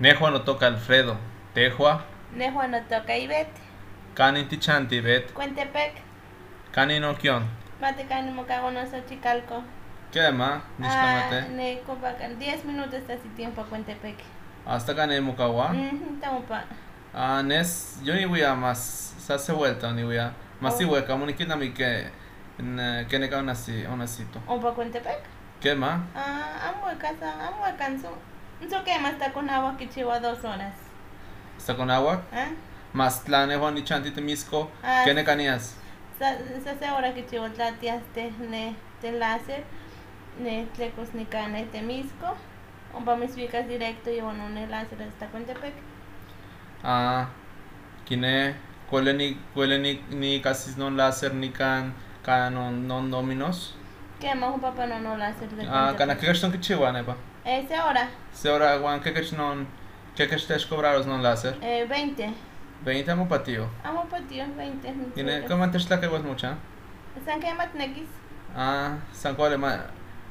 Nejua no toca Alfredo. Tejua. Nejua no toca Ivete. Canin tichanti bet. Cuentepec. Canin okion. Matecani mocago no Xochicalco. ¿Qué más? Ah, Nishtamate. ne copacan. 10 minutos está así tiempo a Cuentepec. Hasta canin mokawa. Mm, Tamupa. Ah, Nes, yo ni voy a más, se hace vuelta, ni voy a más si Oh. voy a comunicar a mí que ne- que neka una si, una cito. Opa Cuentepec. ¿Qué más? Ah, amo de casa, amo de canso. Eso que más está con agua que chiva dos horas. Está con agua. ¿Ah? Más la Juan y Chanti Temisco. Ah, ¿Qué necanías? Sa- sa hace ahora que chivo tlatias te ne te láser, ne tlecosnica ne temisco. Un pa mis vicas directo y bueno, ne láser hasta Cuentepec. Ah, ¿quién cuele ni cuele ni ni casi no láser ni can can non non dominos? Que más un papá no no láser de Ah, cana que Cuentepec. cachón que chiva nepa. Ese ahora, Se ahora Juan que cachón non que cachón cobraros non láser. eh, 20. Veinte amo patio. Amo pues, pa tío, 20. ¿Quién cómo antes la que vas mucha? San que matnequis. Ah, San Juan Alemán.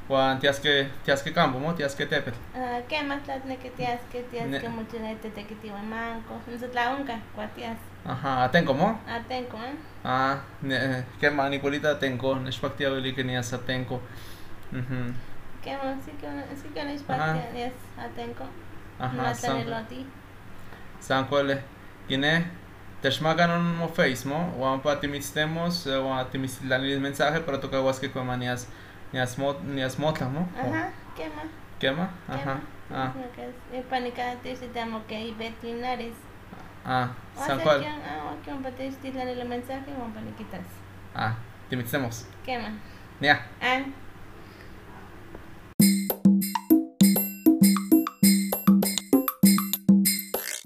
Juan, tienes que, tienes que campo, ¿no? Tienes que tepet. Ah, que más tlatnequitias, que Ne- tías que mucho ne te te manco. Nosotros la unca, cuatias. Ajá, tengo, ¿no? Atenco, ¿eh? Ah, ne, que maniculita tengo, no es pactiable y que ni asa tengo. Ujú. Que más, sí que no, sí que no es Ajá. parte, es atenco. No Ajá, atenelo San, a ti. San Juan. ¿Quién es? Te shmagan un mo face, ¿no? Juan para ti mistemos, Juan ti mistilani el mensaje, pero toca guas que con manías, ni as mot, ni as motla, ¿no? Ajá, ¿qué más? ¿Quema? ¿Qué Ajá. Oh. Ah, más? Lo que es, eh, panicada te dice, te amo, que hay veterinares. ah, O San sea, Juan. que- ah, o que un pate te dan el mensaje, un paniquitas. Ah, ti mistemos. ¿Qué más? Ya. Ah,